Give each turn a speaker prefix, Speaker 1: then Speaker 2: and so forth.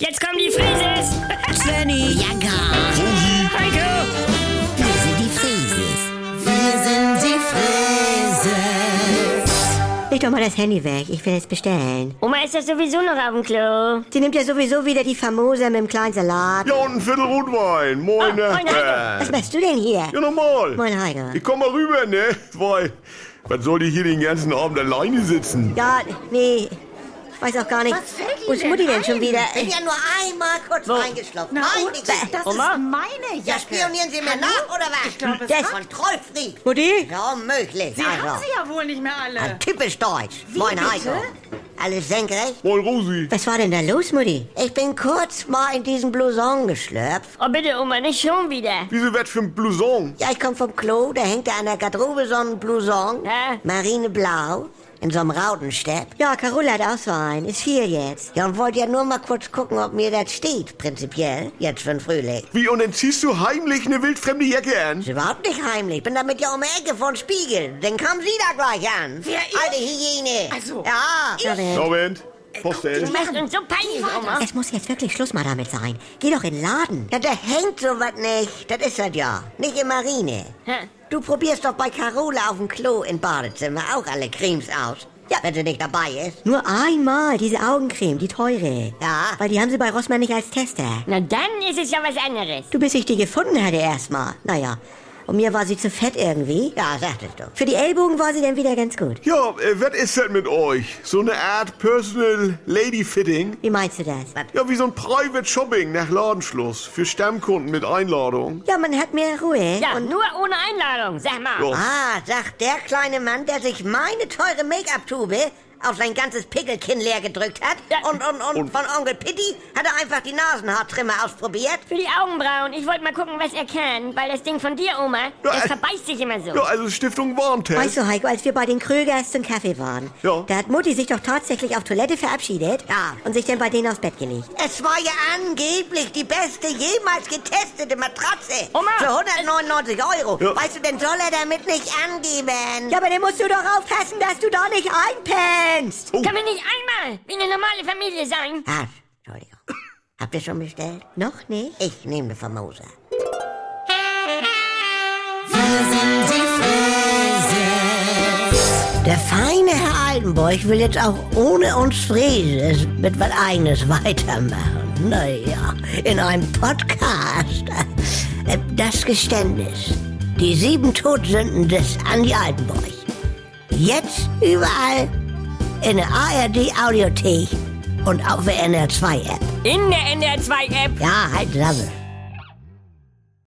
Speaker 1: Jetzt kommen die Frises!
Speaker 2: Svenny,
Speaker 3: Ja, gar.
Speaker 1: Heiko!
Speaker 3: Wir sind die Frieses. Wir sind die Frieses.
Speaker 2: leg doch mal das Handy weg. Ich will jetzt bestellen.
Speaker 1: Oma ist ja sowieso noch auf dem Klo.
Speaker 2: Sie nimmt ja sowieso wieder die Famosa mit dem kleinen Salat.
Speaker 4: Ja, und ein Viertel Rotwein.
Speaker 2: Ah,
Speaker 4: Moin, ne?
Speaker 1: moin, Heiko.
Speaker 4: äh,
Speaker 2: Was machst du denn hier?
Speaker 4: ja, normal.
Speaker 2: Moin, Heiko.
Speaker 4: Ich komm mal rüber, ne? Weil, was soll ich hier den ganzen Abend alleine sitzen?
Speaker 2: Ja, nee. Ich weiß auch gar nicht.
Speaker 5: Was fällt Ihnen
Speaker 2: Wo ist Mutti denn
Speaker 5: denn
Speaker 2: schon
Speaker 5: ein?
Speaker 2: wieder?
Speaker 3: Ich bin ja nur einmal kurz reingeschlafen. Nein, ich
Speaker 5: das
Speaker 1: Oma?
Speaker 5: ist meine
Speaker 3: Ja,
Speaker 5: Jacke.
Speaker 3: spionieren Sie mir nach, oder was? Ich
Speaker 5: glaube, es
Speaker 3: das
Speaker 5: hat-
Speaker 3: Kontrollfreak.
Speaker 2: Mutti?
Speaker 3: Ja, unmöglich.
Speaker 5: Sie haben
Speaker 3: also.
Speaker 5: sie ja wohl nicht mehr alle.
Speaker 3: Typisch deutsch. Moin,
Speaker 5: bitte?
Speaker 3: Heiko. Alles senkrecht?
Speaker 4: Moin, Rosi.
Speaker 2: Was war denn da los, Mutti?
Speaker 3: Ich bin kurz mal in diesen Blouson geschlüpft.
Speaker 1: Oh bitte, Oma, nicht schon wieder.
Speaker 4: Wieso wird für ein Blouson?
Speaker 3: Ja, ich komme vom Klo, da hängt da an der Garderobe so ein Blouson.
Speaker 1: Hä?
Speaker 3: Marineblau. In so einem Rautenstepp.
Speaker 2: Ja, Carola hat auch so einen. Ist vier jetzt.
Speaker 3: Ja, und wollte ja nur mal kurz gucken, ob mir das steht, prinzipiell. Jetzt für den Frühling.
Speaker 4: Wie, und dann ziehst du heimlich eine wildfremde Jacke an?
Speaker 3: Ist überhaupt nicht heimlich. Bin damit ja um die Ecke von Spiegel. Dann kam sie da gleich an.
Speaker 5: Wer, ich?
Speaker 3: Alte Hygiene.
Speaker 5: Also,
Speaker 3: Ja.
Speaker 2: Robin.
Speaker 4: Moment.
Speaker 2: Äh,
Speaker 4: Postel.
Speaker 1: Du machst uns so peinlich, Oma.
Speaker 2: Es muss jetzt wirklich Schluss mal damit sein. Geh doch in den Laden.
Speaker 3: Ah. Ja, da hängt sowas nicht. Das ist das ja. Nicht in Marine.
Speaker 1: Hä?
Speaker 3: Du probierst doch bei Carola auf dem Klo im Badezimmer auch alle Cremes aus. Ja. Wenn sie nicht dabei ist.
Speaker 2: Nur einmal diese Augencreme, die teure.
Speaker 3: Ja.
Speaker 2: Weil die haben sie bei Rossmann nicht als Tester.
Speaker 1: Na dann ist es ja was anderes.
Speaker 2: Du, bis ich die gefunden hatte erstmal. Naja, und mir war sie zu fett irgendwie.
Speaker 3: Ja, sagtest du.
Speaker 2: Für die Ellbogen war sie dann wieder ganz gut.
Speaker 4: Ja, äh, was ist denn mit euch? So eine Art Personal Lady Fitting?
Speaker 2: Wie meinst du das?
Speaker 4: Ja, wie so ein Private Shopping nach Ladenschluss. Für Stammkunden mit Einladung.
Speaker 2: Ja, man hat mehr Ruhe.
Speaker 1: Ja, nur ohne Einladung, sag mal.
Speaker 4: Ja.
Speaker 3: Ah, sagt der kleine Mann, der sich meine teure Make-up-Tube auf sein ganzes Pickelkinn leer gedrückt hat.
Speaker 1: Ja.
Speaker 3: Und, und, und,
Speaker 4: Und-
Speaker 3: von Onkel Pitti hat er einfach die Nasenhaartrimmer ausprobiert.
Speaker 1: Für die Augenbrauen, ich wollte mal gucken, was er kann, weil das Ding von dir, Oma, das
Speaker 4: äh,
Speaker 1: verbeißt sich immer so.
Speaker 4: Ja, also Stiftung Warntest.
Speaker 2: Weißt du, Heiko, als wir bei den Krögers zum Kaffee waren,
Speaker 4: Ja.
Speaker 2: da hat Mutti sich doch tatsächlich auf Toilette verabschiedet
Speaker 3: Ja.
Speaker 2: und sich dann bei denen aufs Bett gelegt.
Speaker 3: Es war ja angeblich die beste jemals getestete Matratze.
Speaker 1: Oma!
Speaker 3: Für 199 Euro.
Speaker 4: Ja.
Speaker 3: Weißt du, dann soll er damit nicht angeben.
Speaker 2: Ja, aber dann musst du doch aufpassen, dass du da nicht einpennst.
Speaker 4: oh.
Speaker 1: Kann man nicht einmal wie eine normale Familie sein?
Speaker 3: Ah, Entschuldigung. Habt ihr schon bestellt?
Speaker 2: Noch nicht?
Speaker 3: Ich nehme eine Famosa. Der feine Herr Altenburg will jetzt auch ohne uns Frieses mit was Eigenes weitermachen. Naja, in einem Podcast. Äh, Das Geständnis. Die sieben Todsünden des Andi Altenburg. Jetzt überall in der ARD-Audiothek und auf der NR2-App.
Speaker 1: In der NDR 2 App.
Speaker 3: Ja, halt Sammel.